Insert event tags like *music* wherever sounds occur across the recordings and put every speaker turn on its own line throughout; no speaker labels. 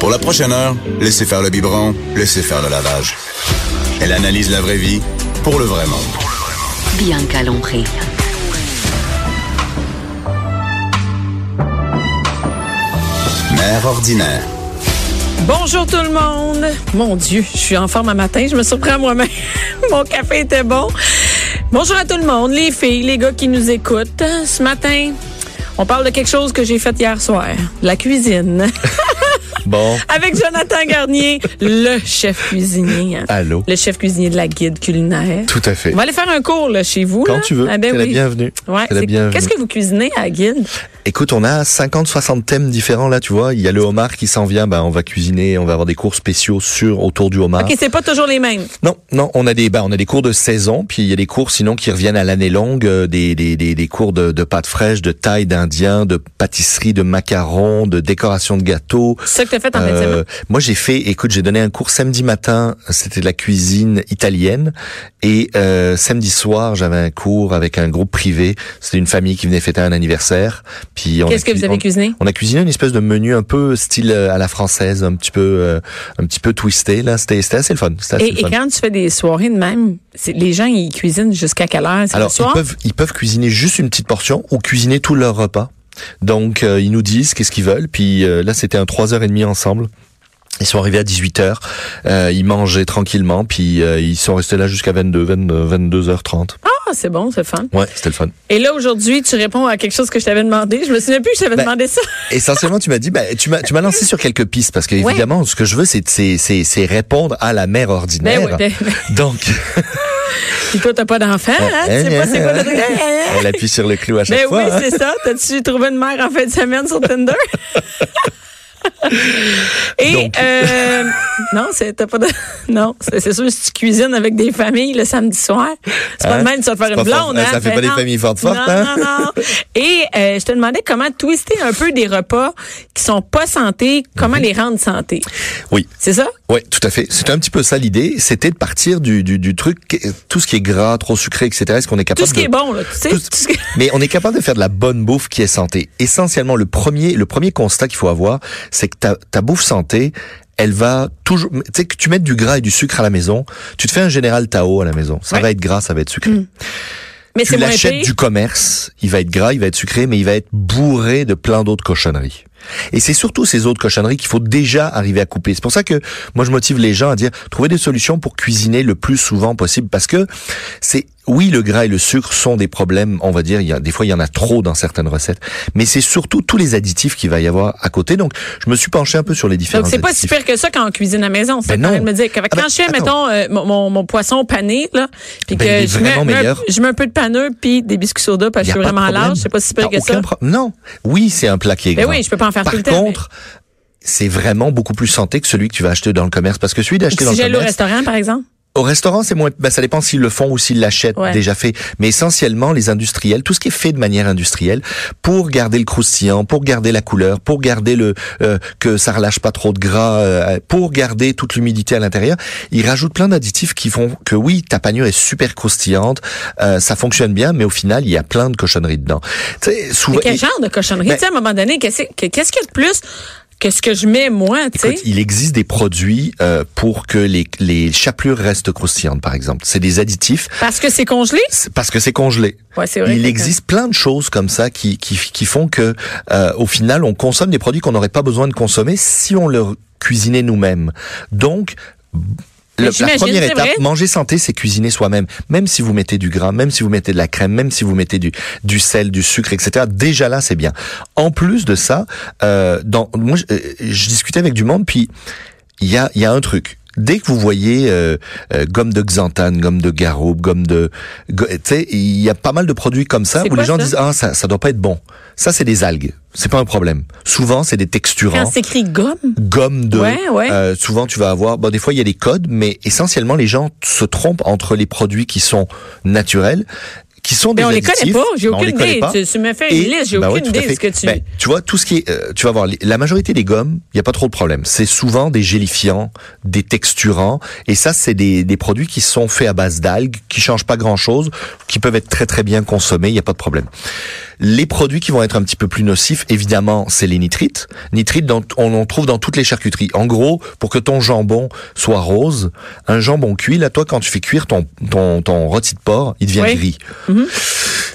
Pour la prochaine heure, laissez faire le biberon, laissez faire le lavage. Elle analyse la vraie vie pour le vrai monde.
Bianca Lompré.
Mère ordinaire.
Bonjour tout le monde. Mon Dieu, je suis en forme à matin. Je me surprends moi-même. *laughs* Mon café était bon. Bonjour à tout le monde, les filles, les gars qui nous écoutent. Ce matin, on parle de quelque chose que j'ai fait hier soir. La cuisine. *laughs*
Bon,
Avec Jonathan Garnier, le chef cuisinier. hein.
Allô?
Le chef cuisinier de la guide culinaire.
tout à fait.
On va aller faire un cours là, chez vous.
Quand
là.
tu veux,
Ah ben
t'es la
oui.
bienvenue.
Ouais,
T'es la
c'est-
bienvenue.
Qu'est-ce que vous cuisinez à la guide?
Écoute, on a 50, 60 thèmes différents là, tu vois. Il y a le homard qui s'en vient, bah, on va cuisiner, on va avoir des cours spéciaux sur autour du homard.
OK, c'est pas toujours les mêmes.
Non, non, on a des bah, on a des cours de saison, puis il y a des cours sinon qui reviennent à l'année longue, euh, des, des, des, des cours de, de pâtes fraîches, de taille d'indien, de pâtisserie, de macarons, de décoration de gâteaux.
C'est ça que t'as fait en fin de
Euh,
semaine.
moi, j'ai fait, écoute, j'ai donné un cours samedi matin, c'était de la cuisine italienne, et euh, samedi soir, j'avais un cours avec un groupe privé. C'était une famille qui venait fêter un anniversaire. Puis on a
Qu'est-ce que
cui-
vous avez
on-
cuisiné?
on a cuisiné une espèce de menu un peu style euh, à la française, un petit peu, euh, un petit peu twisté. Là, c'était, c'était assez le fun. C'était assez
Et,
le
et
fun.
quand tu fais des soirées de même, c'est- les gens, ils cuisinent jusqu'à quelle heure? C'est le
Alors, ils
soir?
peuvent, ils peuvent cuisiner juste une petite portion ou cuisiner tout leur repas. Donc, euh, ils nous disent qu'est-ce qu'ils veulent. Puis euh, là, c'était un 3h30 ensemble. Ils sont arrivés à 18h, euh, ils mangeaient tranquillement, puis euh, ils sont restés là jusqu'à euh, 22, 22, 22h30.
Ah, c'est bon, c'est fun.
Ouais, c'était le fun.
Et là, aujourd'hui, tu réponds à quelque chose que je t'avais demandé. Je me souviens plus que je t'avais
Ben,
demandé ça.
Essentiellement, tu m'as dit, bah, tu m'as, tu m'as lancé sur quelques pistes, parce que
Ouais.
évidemment, ce que je veux, c'est, c'est, c'est, c'est répondre à la mère
Ben
ordinaire.
oui, ben, ben,
Donc,
puis toi, t'as pas d'enfant,
Ben,
hein? Tu sais pas c'est quoi le truc.
elle appuie sur le clou à chaque
Ben
fois.
oui,
hein.
c'est ça. T'as-tu trouvé une mère en fin de semaine sur
*laughs*
Tinder? Et
Donc.
euh, non, c'est t'as pas de non, c'est c'est sûr si tu cuisines avec des familles le samedi soir, c'est pas
Hein?
de même que tu vas te faire
C'est
une
pas fort-
blonde.
euh,
hein?
ça fait
Ben
pas des
non.
familles fortes, fortes,
Non,
hein?
non, non. Et euh, je te demandais comment twister un peu des repas qui sont pas santé,
Mhm.
comment les rendre santé.
Oui.
C'est ça?
Oui, tout à fait. C'était un petit peu ça l'idée. C'était de partir du, du, du truc, que- tout ce qui est gras, trop sucré, etc. Est-ce qu'on est capable
Tout ce qui
de-
est bon là, tu sais.
Tout-
tout ce qui-
Mais on est capable de faire de la bonne bouffe qui est santé. Essentiellement, le premier, le premier constat qu'il faut avoir, c'est que ta, ta bouffe santé, elle va toujours, tu sais, que tu mettes du gras et du sucre à la maison, tu te fais un général Tao à la maison. Ça
Ouais.
va être gras, ça va être sucré.
Mais
Tu
c'est moins
l'achètes
pire.
du commerce, il va être gras, il va être sucré, mais il va être bourré de plein d'autres cochonneries. Et c'est surtout ces autres cochonneries qu'il faut déjà arriver à couper. C'est pour ça que moi je motive les gens à dire trouvez des solutions pour cuisiner le plus souvent possible parce que c'est oui le gras et le sucre sont des problèmes, on va dire, il y a des fois il y en a trop dans certaines recettes, mais c'est surtout tous les additifs qu'il va y avoir à côté. Donc je me suis penché un peu sur les différents
Donc, c'est pas si
additifs.
pire que ça quand on cuisine à la maison. C'est
Ben
en train
non.
de me dire. que- Quand
Ah ben,
je fais,
attends.
mettons, euh, mon, mon, mon poisson pané, là, puis
Ben, il
que
est
je mets,
vraiment
mets un,
meilleur.
je mets un peu de paneux puis des biscuits soda parce que
Il y
je
a
suis
pas de
vraiment
problème.
large, c'est pas si pire
T'as
que ça.
aucun pro- Non, oui, c'est un plat qui est
Ben
gras.
oui, je peux pas en faire
Par
tout le temps, mais-
contre, c'est vraiment beaucoup plus santé que celui que tu vas acheter dans le commerce. Parce que celui
Ou
d'acheter dans
Si
le
j'allais au
commerce,
restaurant, par exemple.
au restaurant, c'est moins. Ben, ça dépend s'ils le font ou s'ils l'achètent
Ouais.
déjà fait. Mais essentiellement, les industriels, tout ce qui est fait de manière industrielle, pour garder le croustillant, pour garder la couleur, pour garder le euh, que ça relâche pas trop de gras, euh, pour garder toute l'humidité à l'intérieur, ils rajoutent plein d'additifs qui font que oui, ta panure est super croustillante, euh, ça fonctionne bien, mais au final, il y a plein de cochonneries dedans. Tu sais, souvent.
Mais quel
et-
genre de cochonnerie?
Ben-
tu sais, à un moment donné, qu'est-ce que- qu'est-ce qu'il y a de plus que ce que je mets, moi, tu sais?
Écoute, il existe des produits euh, pour que les, les chapelures restent croustillantes, par exemple. C'est des additifs
Parce que c'est congelé?
c'est parce que c'est congelé.
Ouais, c'est vrai.
il
que-
existe plein de choses comme ça qui, qui, qui font que, euh, au final, on consomme des produits qu'on n'aurait pas besoin de consommer si on le cuisinait nous-mêmes. Donc, le- la
j'imagine,
première
c'est
étape,
vrai.
manger santé, c'est cuisiner soi-même. Même si vous mettez du gras, même si vous mettez de la crème, même si vous mettez du, du sel, du sucre, etc. Déjà là, c'est bien. En plus de ça, euh, dans, moi, je, euh, je discutais avec du monde, puis il y a, il y a un truc. Dès que vous voyez euh, euh, gomme de xanthane, gomme de garobe, gomme de... go- Tu sais, il y a pas mal de produits comme ça
C'est
où
quoi
les gens
ça?
disent « Ah, ça, ça doit pas être bon. » Ça, c'est des algues. C'est pas un problème. Souvent, c'est des
Quand
texturants.
c'est écrit gomme,
gomme de.
Ouais, ouais.
Euh, souvent, tu vas avoir. Bon, des fois, il y a des codes, mais essentiellement, les gens se trompent entre les produits qui sont naturels, qui sont des
ben on les connaît
additifs,
pas. J'ai
mais on
aucune
les connaît
idée.
pas.
Tu, tu me fais une
Et-
liste, j'ai
bah ouais,
aucune
tout à
idée de ce que
fait.
tu.
Ben, tu vois, tout ce qui est, euh, tu vas voir, les- la majorité des gommes, il n'y a pas trop de problème. C'est souvent des gélifiants, des texturants, et ça, c'est des, des produits qui sont faits à base d'algues, qui changent pas grand chose, qui peuvent être très très bien consommés, il n'y a pas de problème. Les produits qui vont être un petit peu plus nocifs, évidemment, c'est les nitrites. Nitrites, dont on en trouve dans toutes les charcuteries. En gros, pour que ton jambon soit rose, un jambon cuit, là, toi, quand tu fais cuire ton, ton, ton rôti de porc, il devient
Oui. Mhm.
gris.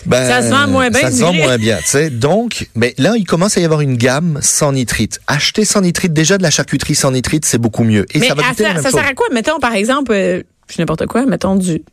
Ben,
Ça se vend moins bien
Ça
que
se
du
vend
gris.
moins bien, tu sais. Donc, mais là, il commence à y avoir une gamme sans nitrite. Acheter sans nitrite, déjà de la charcuterie sans nitrite, c'est beaucoup mieux. Et
Mais
ça va
à
goûter la
ça,
même
ça
chose.
sert à quoi? Mettons, par exemple, euh, je sais n'importe quoi, mettons du, du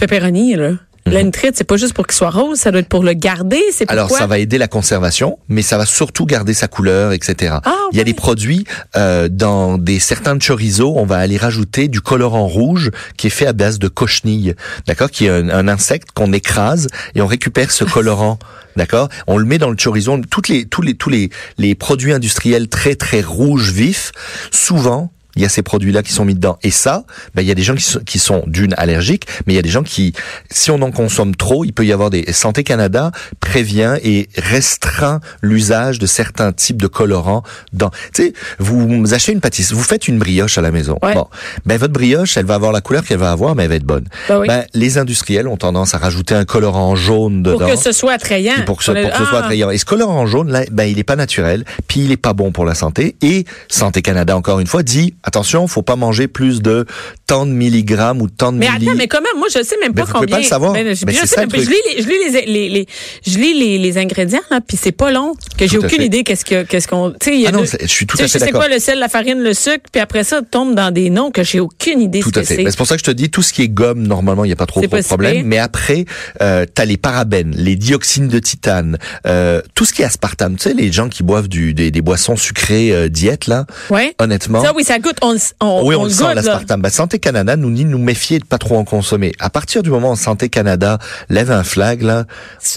pepperoni,
Mhm.
là. La nitrite, c'est pas juste pour qu'il soit rose, ça doit être pour le garder, c'est pourquoi?
Alors, ça va aider la conservation, mais ça va surtout garder sa couleur, etc.
Ah,
Il y a
ouais.
des produits euh, dans des certains chorizo, on va aller rajouter du colorant rouge qui est fait à base de cochenille, d'accord, qui est un, un insecte qu'on écrase et on récupère ce colorant, *laughs* d'accord. On le met dans le chorizo. Toutes les tous les tous les les produits industriels très très rouges vifs, souvent. Il y a ces produits-là qui sont mis dedans. Et ça, ben, il y a des gens qui sont, qui sont d'une allergiques, mais il y a des gens qui, si on en consomme trop, il peut y avoir des... Santé Canada prévient et restreint l'usage de certains types de colorants dans... Tu sais, vous achetez une pâtisserie, vous faites une brioche à la maison.
Ouais.
Bon, ben votre brioche, elle va avoir la couleur qu'elle va avoir, mais elle va être bonne.
Ben oui.
les industriels ont tendance à rajouter un colorant jaune dedans.
pour que ce soit attrayant.
Et pour que, ce,
On a-
pour que ce soit
Ah!
attrayant. Et ce colorant jaune, là, ben, il est pas naturel, puis il est pas bon pour la santé. Et Santé Canada, encore une fois, dit, attention, faut pas manger plus de tant de milligrammes ou tant de
Mais
milli-
attends, mais comment? Moi, je sais même pas
Mais vous
combien.
pouvez pas le savoir.
Ben, je,
Mais
je
c'est
sais
ça,
même
le
pas. je lis,
truc.
les, je lis les, les, les- je lis les, les ingrédients, là, puis c'est pas long, que j'ai
Tout à
aucune
fait.
idée qu'est-ce que, qu'est-ce qu'on, tu sais, il y a
Ah non,
deux-
c'est- je suis tout
tu sais,
à fait
je sais
d'accord.
quoi, le sel, la farine, le sucre, puis après ça, tombe dans des noms que j'ai aucune idée
Tout
ce
à
que
fait.
c'est.
Ben, c'est pour ça que je te dis, tout ce qui est gomme, normalement, il n'y a pas trop,
C'est
trop
pas
de
si
problème.
pire.
Mais après, euh, t'as les parabènes, les dioxines de titane, euh, tout ce qui est aspartame. Tu sais, les gens qui boivent du, des, des boissons sucrées euh, diète, là,
Ouais.
honnêtement...
Ça, oui, ça goûte, on, le- on,
oui, on,
on
le
le
sent,
goûte, là.
l'aspartame. Ben, Santé Canada nous dit de nous méfier de pas trop en consommer. À partir du moment où Santé Canada lève un flag, là,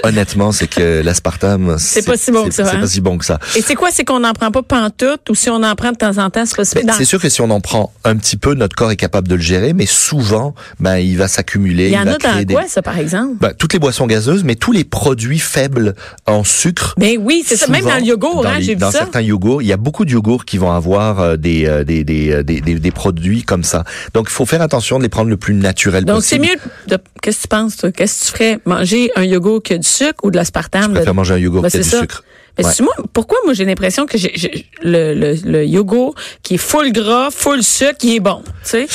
honnêtement, c'est que l'aspartame...
*laughs* C'est pas si bon que ça,
C'est
hein?
pas si bon que ça.
Et c'est quoi? C'est qu'on n'en prend pas pantoute ou si on en prend de temps en temps, c'est possible?
Ben,
Dans-
c'est sûr que si on en prend un petit peu, notre corps est capable de le gérer, mais souvent, ben, il va s'accumuler.
Il y en
va
a dans
créer des-
quoi, ça, par exemple?
Ben, toutes les boissons gazeuses, mais tous les produits faibles en sucre.
Ben oui, c'est ça. Même
Souvent,
dans le yogourt,
dans
hein,
les-
j'ai vu
Dans
ça.
certains yogourts, il y a beaucoup de yogourts qui vont avoir euh, des, euh, des, des, euh, des, des- des produits comme ça. Donc, il faut faire attention de les prendre le plus naturel
Donc, c'est
possible.
mieux. de- Qu'est-ce que tu penses, toi? Qu'est-ce que tu ferais? Manger un yogourt qui a du sucre ou de l'aspartame?
Je préfère
là?
manger un yogourt
Ben,
qui a
c'est
du
ça.
sucre.
Mais
Ouais.
c'est moi, pourquoi moi j'ai l'impression que j'ai- j'ai- le, le, le yogourt qui est full gras, full sucre, il est bon, tu sais?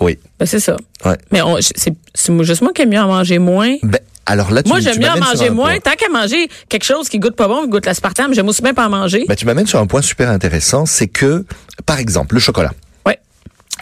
Oui.
Ben, c'est ça.
Ouais.
Mais on- c'est c'est moi- juste moi qui aime mieux en manger moins.
Ben, alors là, tu
Moi,
tu
j'aime mieux en
m'amènes sur
manger
un
moins.
point.
Tant qu'à manger quelque chose qui goûte pas bon, qui goûte l'aspartame, j'aime aussi bien pas en manger.
Ben, tu m'amènes sur un point super intéressant, c'est que, par exemple, le chocolat.
Ouais.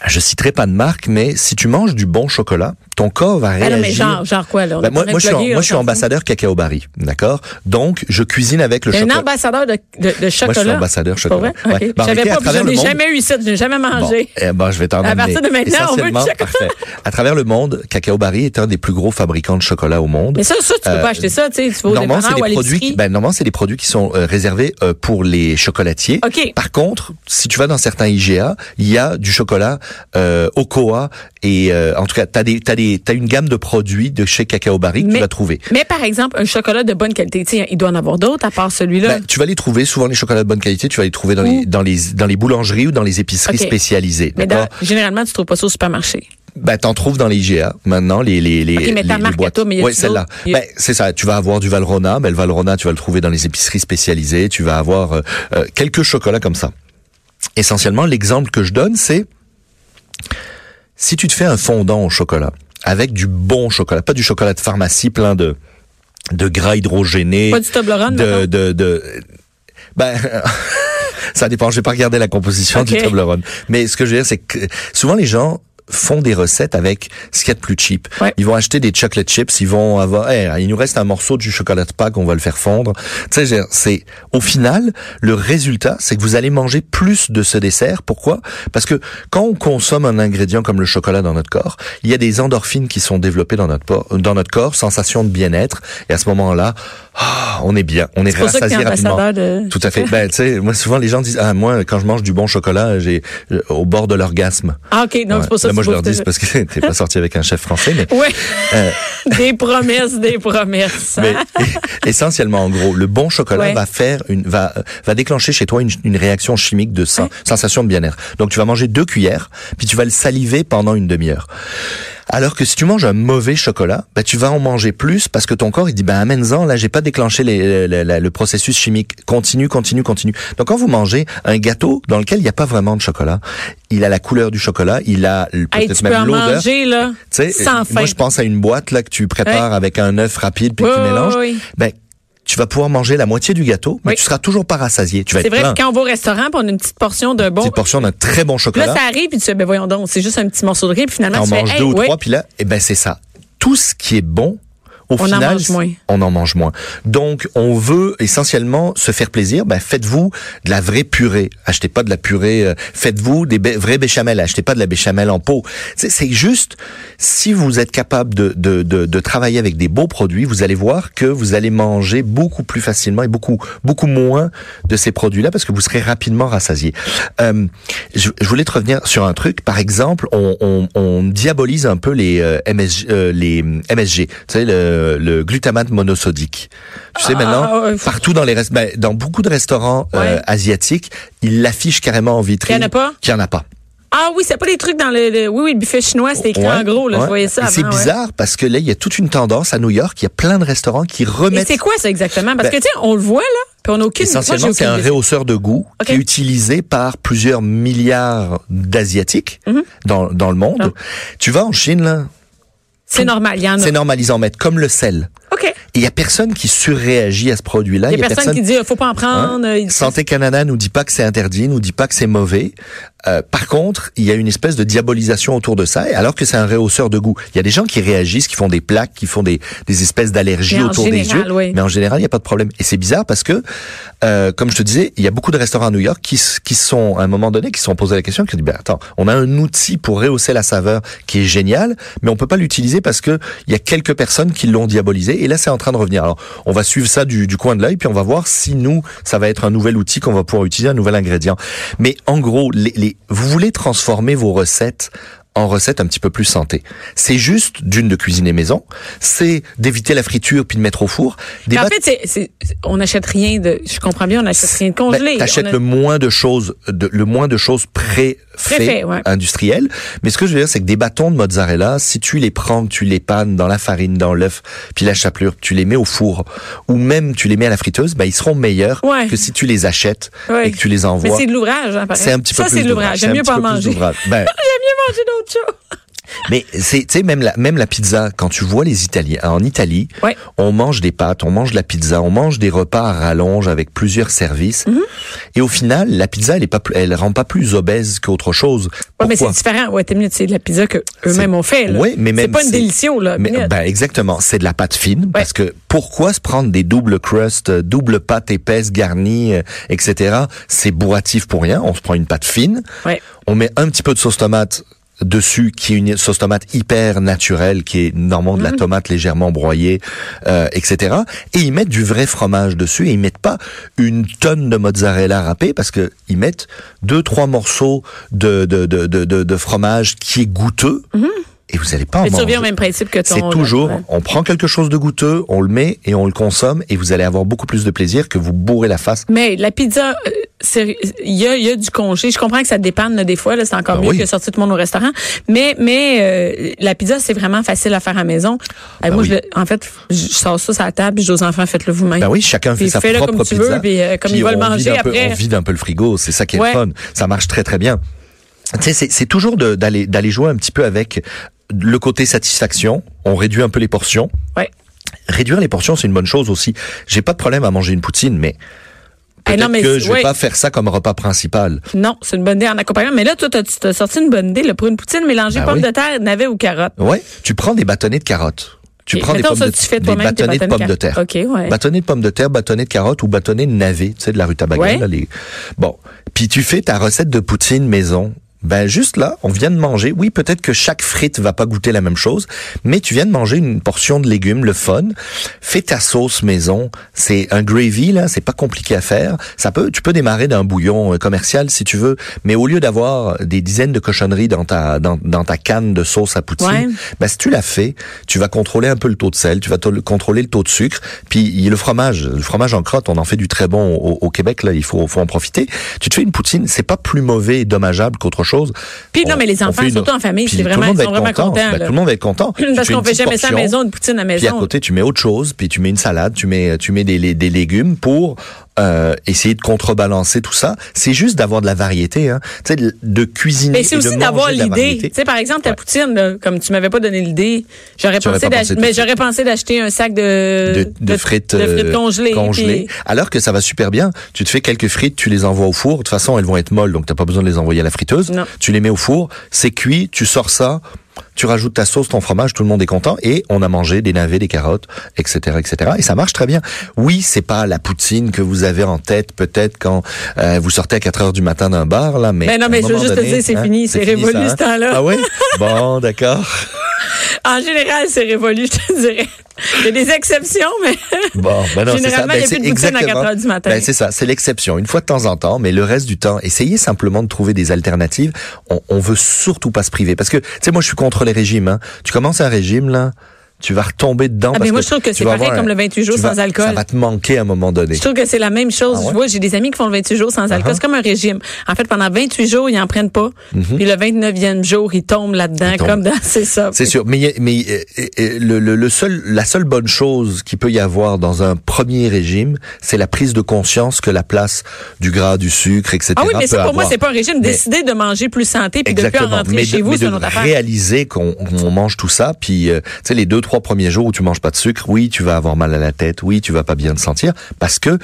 Je citerai pas de marque, mais si tu manges du bon chocolat, ton corps va
Ah
réagir.
non, mais genre, genre quoi, là? On
Ben,
est en
moi,
train
moi,
de
je suis, en-
plugger,
moi,
là,
je suis
t'en fous.
ambassadeur cacao barry, d'accord. Donc, je cuisine avec le
T'es un
chocolat.
ambassadeur de, de, de chocolat.
Moi, je suis ambassadeur
C'est pas
chocolat.
vrai?
Ouais.
Ok.
Ben, en réalité,
J'avais
à
pas, puis
travers
je
le
n'ai
monde-
jamais eu ça, je n'ai jamais mangé.
Bon, eh ben, je vais t'en
À
amener.
partir de maintenant, on veut du
Essentiellement,
chocolat.
parfait. À travers le monde, Cacao Barry est un des plus gros fabricants de chocolat au monde.
Mais ça, ça, tu peux
Euh,
pas acheter ça, tu sais, tu vas au
Normalement,
dépanneur
c'est
ou à
des produits. qui-
l'épicerie.
Ben, normalement, c'est des produits qui sont euh, réservés euh, pour les chocolatiers.
OK.
Par contre, si tu vas dans certains IGA, il y a du chocolat euh, Okoa et euh, en tout cas, t'as des, t'as des, t'as une gamme de produits de chez Cacao Barry que tu vas trouver.
mais par exemple, un chocolat de bonne qualité, tu sais, il doit en avoir d'autres à part celui-là.
Ben, tu vas les trouver souvent les chocolats de bonne qualité. Tu vas les trouver dans les dans les dans les boulangeries ou dans les épiceries
OK.
spécialisées.
mais
D'accord.
dans- généralement, tu trouves pas ça au supermarché.
Ben, t'en trouves dans les IGA maintenant, les les les,
Ok, mais
les,
ta
les
marque à
boîtes.
toi, mais y a-tu
ouais, celle-là.
d'autres? Y a-
Ben, c'est ça. Tu vas avoir du Valrhona, mais le Valrhona, tu vas le trouver dans les épiceries spécialisées. Tu vas avoir euh, euh, quelques chocolats comme ça. Essentiellement, l'exemple que je donne, c'est si tu te fais un fondant au chocolat avec du bon chocolat, pas du chocolat de pharmacie plein de de gras hydrogénés,
Pas du Toblerone,
de,
mettons?
de de ben ça dépend. J'ai pas regardé la composition
Ok.
du Toblerone, mais ce que je veux dire, c'est que souvent les gens font des recettes avec ce qu'il y a de plus cheap.
Ouais.
Ils vont acheter des chocolate chips, ils vont avoir, Hey, il nous reste un morceau du chocolat de Pâques, on va le faire fondre. Tu sais, je veux dire, c'est au final le résultat, c'est que vous allez manger plus de ce dessert. Pourquoi Parce que quand on consomme un ingrédient comme le chocolat dans notre corps, il y a des endorphines qui sont développées dans notre por- dans notre corps, sensation de bien-être, et à ce moment-là, ah, on est bien, on est,
C'est pour ça que t'es
rassasié rapidement.
ambassadeur de...
Tout à fait. Ben, tu sais, moi, souvent, les gens disent, ah, moi, quand je mange du bon chocolat, j'ai, euh, au bord de l'orgasme.
Ah, OK, donc
Ouais.
c'est pour ça
Là,
que
moi,
tu
je leur
bouffes
dis, c'est parce que *laughs* t'es pas sorti avec un chef français, mais,
Oui,
euh,
*laughs* des promesses, des promesses. hein?
mais *laughs* essentiellement, en gros, le bon chocolat
Ouais.
va faire une, va, va déclencher chez toi une, une réaction chimique de sen- sensation de bien-être. Donc, tu vas manger deux cuillères, puis tu vas le saliver pendant une demi-heure. Alors que si tu manges un mauvais chocolat, ben, tu vas en manger plus parce que ton corps il dit ben amène-en là j'ai pas déclenché les- le- le- le processus chimique continue continue continue. Donc quand vous mangez un gâteau dans lequel il n'y a pas vraiment de chocolat, il a la couleur du chocolat, il a le-
Hey,
peut-être
Ah, tu peux
même
en
l'odeur.
manger, là,
Tu sais,
sans fin.
moi je pense à une boîte là que tu prépares avec un œuf rapide puis
Oui,
que tu
oui,
mélanges.
oui.
Ben tu vas pouvoir manger la moitié du gâteau, mais
Oui.
tu seras toujours pas rassasié. Tu vas
C'est
être
vrai
plein.
que quand on va au restaurant, puis on a une petite portion de bon...
Petite portion d'un très bon
Puis
chocolat.
Là, ça arrive, puis tu fais, ben voyons donc, c'est juste un petit morceau de riz, puis finalement,
on
tu fais,
mange
hey,
deux ou
ouais.
trois, puis là, eh ben c'est ça. Tout ce qui est bon, au
On en
final,
mange moins.
on en mange moins. Donc, on veut essentiellement se faire plaisir. Ben, faites-vous de la vraie purée. Achetez pas de la purée. euh, faites-vous des bé- vrais béchamel. Achetez pas de la béchamel en pot. C'est, c'est juste, si vous êtes capable de, de, de, de travailler avec des beaux produits, vous allez voir que vous allez manger beaucoup plus facilement et beaucoup, beaucoup moins de ces produits-là parce que vous serez rapidement rassasié. Euh, je, je voulais te revenir sur un truc. Par exemple, on, on, on diabolise un peu les euh, MSG, euh, les hum, MSG, tu sais, le, le glutamate monosodique. Tu sais, maintenant,
Ah, ouais.
partout dans les rest- ben, dans beaucoup de restaurants euh,
Ouais.
asiatiques, ils l'affichent carrément en vitrine.
Qu'il y en a pas?
Qu'il y en a pas.
Ah oui, c'est pas des trucs dans le, le- oui, oui, le buffet chinois, c'était écrit
Ouais,
en gros, là,
ouais.
je voyais ça
Et C'est
avant, ouais.
bizarre parce que là, il y a toute une tendance à New York, il y a plein de restaurants qui
Et
remettent
c'est quoi ça exactement? Parce
Ben,
que, tu sais, on le voit, là, puis on n'a aucune... moi, j'ai
Essentiellement, c'est
aucune
un
idée.
réhausseur de goût
Ok.
qui est utilisé par plusieurs milliards d'Asiatiques
Mhm.
dans, dans le monde.
Ah.
Tu vas en Chine, là,
C'est normal, il y en a.
c'est Hein, normalisé en mettre, comme le sel.
OK.
Et il y a personne qui surréagit à ce produit-là.
Il y a personne qui dit, euh, faut pas en
Hein?
prendre. euh, il-
Santé Canada nous dit pas que c'est interdit, nous dit pas que c'est mauvais. Euh, par contre, il y a une espèce de diabolisation autour de ça, et alors que c'est un réhausseur de goût. Il y a des gens qui réagissent, qui font des plaques, qui font des, des espèces d'allergies
Mais en
autour des
général,
yeux.
oui.
Mais en général, il n'y a pas de problème. Et c'est bizarre parce que, euh, comme je te disais, il y a beaucoup de restaurants à New York qui, s- qui sont, à un moment donné, qui se sont posés la question, qui disent, ben attends, on a un outil pour rehausser la saveur qui est génial, mais on peut pas l'utiliser parce que il y a quelques personnes qui l'ont diabolisé, et là, c'est en train de revenir. Alors, on va suivre ça du, du coin de l'œil, puis on va voir si nous, ça va être un nouvel outil qu'on va pouvoir utiliser, un nouvel ingrédient. Mais en gros, les, les, vous voulez transformer vos recettes en recettes un petit peu plus santé. C'est juste d'une de cuisiner maison, c'est d'éviter la friture puis de mettre au four. Des
Mais en
battes-
fait, c'est, c'est- on n'achète rien de, je comprends bien, on n'achète rien de
ben,
congelé.
t'achètes
On a-
le moins de choses, de, le moins de choses pré
Préfait, ouais.
industrielles. Mais ce que je veux dire, c'est que des bâtons de mozzarella, si tu les prends, que tu les pannes dans la farine, dans l'œuf, puis la chapelure, tu les mets au four, ou même tu les mets à la friteuse, ben ils seront meilleurs
Ouais.
que si tu les achètes
Ouais.
et que tu les envoies.
Mais c'est de l'ouvrage, hein, pareil.
C'est un petit peu
Ça,
plus
c'est de l'ouvrage.
c'est un
J'aime mieux
petit
pas en
peu plus
manger.
d'ouvrage. Ben,
Manger d'autres choses.
Mais c'est tu sais même la même la pizza quand tu vois les Italiens en Italie,
Ouais.
on mange des pâtes, on mange de la pizza, on mange des repas à rallonge avec plusieurs services
Mhm.
et au final la pizza elle est pas plus- elle rend pas plus obèse qu'autre chose.
Ouais, mais c'est
Pourquoi
différent. Ouais, t'es mieux, c'est de la pizza que eux-mêmes
C'est-
ont fait, là.
Oui, mais même
C'est pas une délicieux, là.
Mais,
minute.
ben exactement, c'est de la pâte fine parce que pourquoi se prendre des doubles crusts, euh, double pâte épaisse garnie, euh, etc. C'est bourratif pour rien. On se prend une pâte fine,
Ouais.
on met un petit peu de sauce tomate dessus, qui est une sauce tomate hyper naturelle, qui est normalement de
Mhm.
la tomate légèrement broyée, euh, etc. Et ils mettent du vrai fromage dessus, et ils mettent pas une tonne de mozzarella râpée, parce que ils mettent deux, trois morceaux de, de, de, de, de- de fromage qui est goûteux, et vous allez pas en
Mais Mhm. tu
manger.
reviens au même principe que ton.
Ah, C'est toujours,
Ouais.
on prend quelque chose de goûteux, on le met et on le consomme, et vous allez avoir beaucoup plus de plaisir que vous bourrez la face.
Mais la pizza, euh, c'est- il y a, il y a du congé. Je comprends que ça dépanne là, des fois. là, C'est encore
Ben
mieux
oui.
que sortir tout le monde au restaurant. Mais, mais euh, la pizza, c'est vraiment facile à faire à maison. Eh,
Ben
moi, je
oui.
le- en fait, je je sors ça sur la table. puis Je dis aux enfants, faites-le vous-même.
Ben oui, chacun
Puis
fait sa
fais-le
propre
comme tu
pizza.
veux, puis, euh, comme
Puis
ils veulent
on
manger
vide un peu-
après.
on vide un peu le frigo, c'est ça qui est
Ouais.
le fun. Ça marche très très bien. Tu sais, c'est- c'est toujours de- d'aller d'aller jouer un petit peu avec le côté satisfaction. On réduit un peu les portions.
Ouais.
Réduire les portions, c'est une bonne chose aussi. J'ai pas de problème à manger une poutine, mais
Eh
Peut-être
non, mais
que
c'est-
je vais
ouais.
pas faire ça comme repas principal.
Non, c'est une bonne idée en accompagnement. Mais là, toi, t'as- tu t'as sorti une bonne idée là, pour une poutine mélangée
Ben
pommes
oui.
de terre, navets ou carottes.
Ouais, tu prends des bâtonnets de carottes. Tu
Et
prends des
mettons
pommes
ça,
de,
tu fais
des
toi-même tes
bâtonnets de pommes
bâtonnets
de
de
terre.
carottes. Ok, ouais.
Bâtonnets de pommes de terre, bâtonnets de carottes ou bâtonnets de navet, tu sais de la rutabaga
Ouais.
là, les- Bon, puis tu fais ta recette de poutine maison. Ben juste là, on vient de manger. Oui, peut-être que chaque frite va pas goûter la même chose, mais tu viens de manger une portion de légumes, le fun. Fais ta sauce maison. C'est un gravy là, c'est pas compliqué à faire. Ça peut, tu peux démarrer d'un bouillon euh, commercial si tu veux, mais au lieu d'avoir des dizaines de cochonneries dans ta dans, dans ta canne de sauce à poutine,
Ouais.
ben, si tu l'as fait, tu vas contrôler un peu le taux de sel, tu vas tol- contrôler le taux de sucre, puis il y a le fromage, le fromage en crotte, on en fait du très bon au, au Québec, là, il faut, faut en profiter. Tu te fais une poutine, c'est pas plus mauvais et dommageable qu'autre chose.
Puis non,
On-
mais les
on
enfants,
fait une-
surtout en famille, c'est
puis tout le
vraiment- ils
monde va
sont
être
vraiment
content.
contents,
Ben,
là.
tout le monde va être content. Tu
Parce
fais une
qu'on fait
petite
jamais ça à la
portion.
maison, une poutine à la
Puis à
maison.
côté, tu mets autre chose, puis tu mets une salade, tu mets, tu mets des, les- des légumes pour euh, essayer de contrebalancer tout ça. C'est juste d'avoir de la variété, hein. tu sais, de, de cuisiner.
Mais c'est
et de
aussi
manger
d'avoir
de la
l'idée.
variété.
Tu sais, par exemple, ta
Ouais.
poutine, là, comme tu m'avais pas donné l'idée, j'aurais
Tu aurais
pensé
pas pensé
d'acheter,
tout
mais
de suite.
j'aurais pensé d'acheter un sac de,
de, de frites,
de frites
euh,
congelées.
congelées.
puis-
alors que ça va super bien. Tu te fais quelques frites, tu les envoies au four. De toute façon, elles vont être molles, donc t'as pas besoin de les envoyer à la friteuse.
Non.
Tu les mets au four, c'est cuit, tu sors ça, tu rajoutes ta sauce, ton fromage, tout le monde est content et on a mangé des navets, des carottes, etc., etc. Et ça marche très bien. Oui, c'est pas la poutine que vous avez en tête peut-être quand euh, vous sortez à 4 heures du matin d'un bar là, mais.
Ben non,
à un
mais je veux
moment
juste te
donné, hein,
dire, c'est fini, c'est
fini,
révolu,
ça,
ce temps-là. *laughs*
Ah oui, bon, d'accord.
En général, c'est révolu, *laughs* je te dirais. Il y a des exceptions, mais.
Bon, ben non, c'est ça.
Généralement, il y a
Ben,
plus
c'est
de poutine à 4 heures du matin.
Ben, c'est ça, c'est l'exception. Une fois de temps en temps, mais le reste du temps, essayez simplement de trouver des alternatives. On, on veut surtout pas se priver. Parce que, tu sais, moi, je suis contre les régimes. hein. Tu commences un régime, là, tu vas retomber dedans.
Ah,
parce
mais moi, je trouve que
tu
c'est
vas
pareil
avoir
comme
un-
le 28 jours
tu vas-
sans alcool.
Ça va te manquer à un moment donné.
Je trouve que c'est la même chose.
Ah ouais? Uh-huh.
Je vois, j'ai des amis qui font le 28 jours sans alcool. C'est comme un régime. En fait, pendant 28 jours, ils n'en prennent pas. Puis le 29e jour, ils tombent là-dedans,
Mm-hmm. Ils tombent.
comme dans, c'est ça.
C'est sûr, mais, y a- mais euh, euh, euh, le, le- le seul, la seule bonne chose qui peut y avoir dans un premier régime, c'est la prise de conscience que la place du gras, du sucre, etc.
Ah oui, mais
peut
ça, pour moi,
avoir.
c'est pas un régime.
Mais-
Décider de manger plus santé puis de plus en
Exactement.
rentrer
mais
chez
de,
vous,
mais
c'est
de
une autre affaire.
réaliser qu'on on mange tout ça, puis euh, tu sais les deux trois premiers jours où tu manges pas de sucre, oui, tu vas avoir mal à la tête, oui, tu vas pas bien te sentir, parce que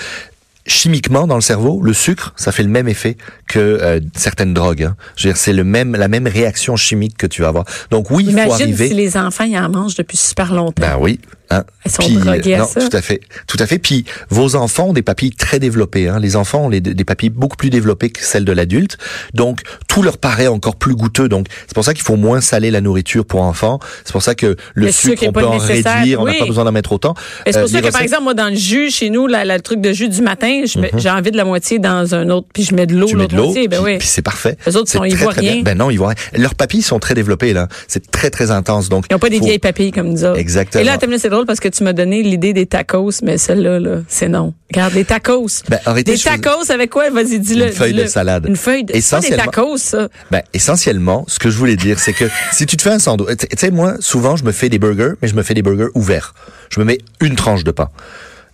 chimiquement dans le cerveau, le sucre, ça fait le même effet que euh, certaines drogues. hein. Je veux dire, c'est le même la même réaction chimique que tu vas avoir. Donc oui, il faut
Imagine
arriver.
si les enfants, ils en mangent depuis super longtemps.
Ben oui. Hein.
Elles sont droguées à
non,
ça.
Tout à fait. Tout à fait. Puis vos enfants ont des papilles très développées. Hein. Les enfants ont les- des papilles beaucoup plus développées que celles de l'adulte. Donc tout leur paraît encore plus goûteux. Donc c'est pour ça qu'il faut moins saler la nourriture pour enfants. C'est pour ça que le,
Le sucre
sucre,
est
on
pas
peut en
nécessaire,
réduire. On n'a
oui.
pas besoin d'en mettre autant.
Mais C'est
Euh,
pour ça
les
que, par
recettes- Mhm.
exemple, moi, dans le jus, chez nous, la, la- le truc de jus du matin, je mets- j'ai envie de la moitié dans un autre, puis je mets de l'eau
tu mets de
l'autre
l'eau,
moitié. Ben
puis,
oui.
puis c'est parfait.
Les autres
C'est
sont- ils
très,
voient
très bien.
rien.
Ben non, ils voient rien. Leurs papilles sont très développées là. C'est très très intense. Donc
Ils n'ont pas des
faut-
vieilles papilles comme nous autres.
Exactement.
Et là, attends, une minute, c'est drôle parce que tu m'as donné l'idée des tacos, mais celle-là, là, c'est non. Regarde, les tacos.
Ben, arrêtez,
des
je faisais-
tacos avec quoi? Vas-y, dis-le.
Une feuille
dis-le.
de salade.
Une feuille de C'est pas des
Essentiellement-
tacos, ça.
Ben, essentiellement, ce que je voulais dire, c'est que si tu te fais un sandwich, tu sais, moi, souvent, je me fais des burgers, mais je me fais des burgers ouverts. Je me mets une tranche de pain.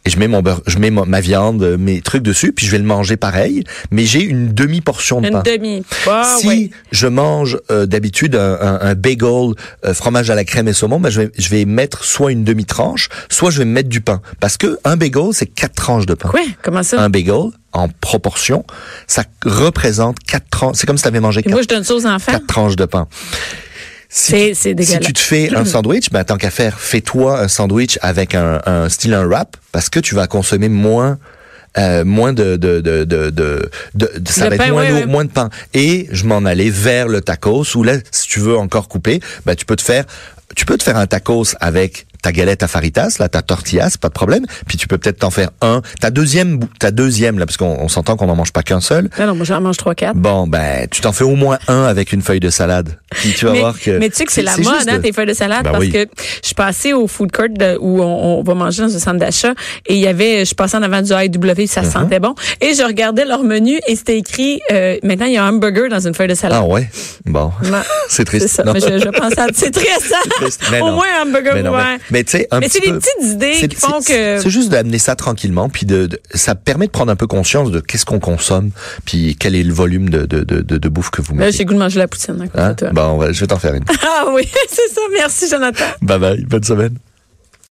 Et je mets mon beurre, je mets ma, ma viande, euh, mes trucs dessus, puis je vais le manger pareil, mais j'ai une demi-portion de
Une
pain.
demi. Ah,
si
ouais.
je mange euh, d'habitude un, un- un bagel euh, fromage à la crème et saumon, ben je vais, je vais mettre soit une demi-tranche, soit je vais mettre du pain. Parce que un bagel, c'est quatre tranches de pain
Quoi? Comment ça?
un bagel en proportion, ça représente quatre tranches. C'est comme si tu avais mangé
Puis
quatre,
moi, je donne ça aux enfants.
quatre tranches de pain. Si
C'est-
tu-
c'est
si
dégueulasse.
tu te
*clears throat*
fais un sandwich, ben, tant qu'à faire, fais-toi un sandwich avec un, un style un wrap parce que tu vas consommer moins euh, moins de de de de de, de- de- ça
Le
va
pain,
être moins
ouais,
lourd,
ouais.
moins de pain. Et je m'en allais vers le tacos où là, si tu veux encore couper, ben tu peux te faire tu peux te faire un tacos avec ta galette à faritas, là, ta tortillas, pas de problème. Puis tu peux peut-être t'en faire un. Ta deuxième, bou- ta deuxième, là, parce qu'on on s'entend qu'on n'en mange pas qu'un seul.
Ben Non, non, moi, j'en mange trois, quatre.
Bon, ben, tu t'en fais au moins un avec une feuille de salade. Puis tu vas
mais,
voir que.
mais tu sais que c'est la
juste
mode, hein,
de-
tes feuilles de salade,
Ben
parce
oui.
que je passais au food court de- où on, on va manger dans un centre d'achat et il y avait, je passais en avant du IW,
Mhm.
ça sentait bon. Et je regardais leur menu et c'était écrit, euh, maintenant il y a un hamburger dans une feuille de salade.
Ah ouais? Bon.
Non.
*laughs* c'est
*laughs*
triste.
C'est ça.
Non.
Mais je, je pense à. C'est triste. hein?
triste. Mais
Au
non.
moins un hamburger,
*laughs* Mais non, mais-
ouais.
mais tu sais, un
Mais c'est
petit
des
peu-
petites idées
C'est-
qui font
c'est-
que-
C'est juste d'amener ça tranquillement, puis de, de- ça permet de prendre un peu conscience de qu'est-ce qu'on consomme, puis quel est le volume de, de, de, de- de bouffe que vous
Là,
mettez.
j'ai le goût de manger la poutine à cause *laughs*
Hein?
de toi. *laughs*
Bon, on va- je vais t'en faire une. *laughs*
Ah oui, c'est ça. Merci, Jonathan.
bye bye, bonne semaine.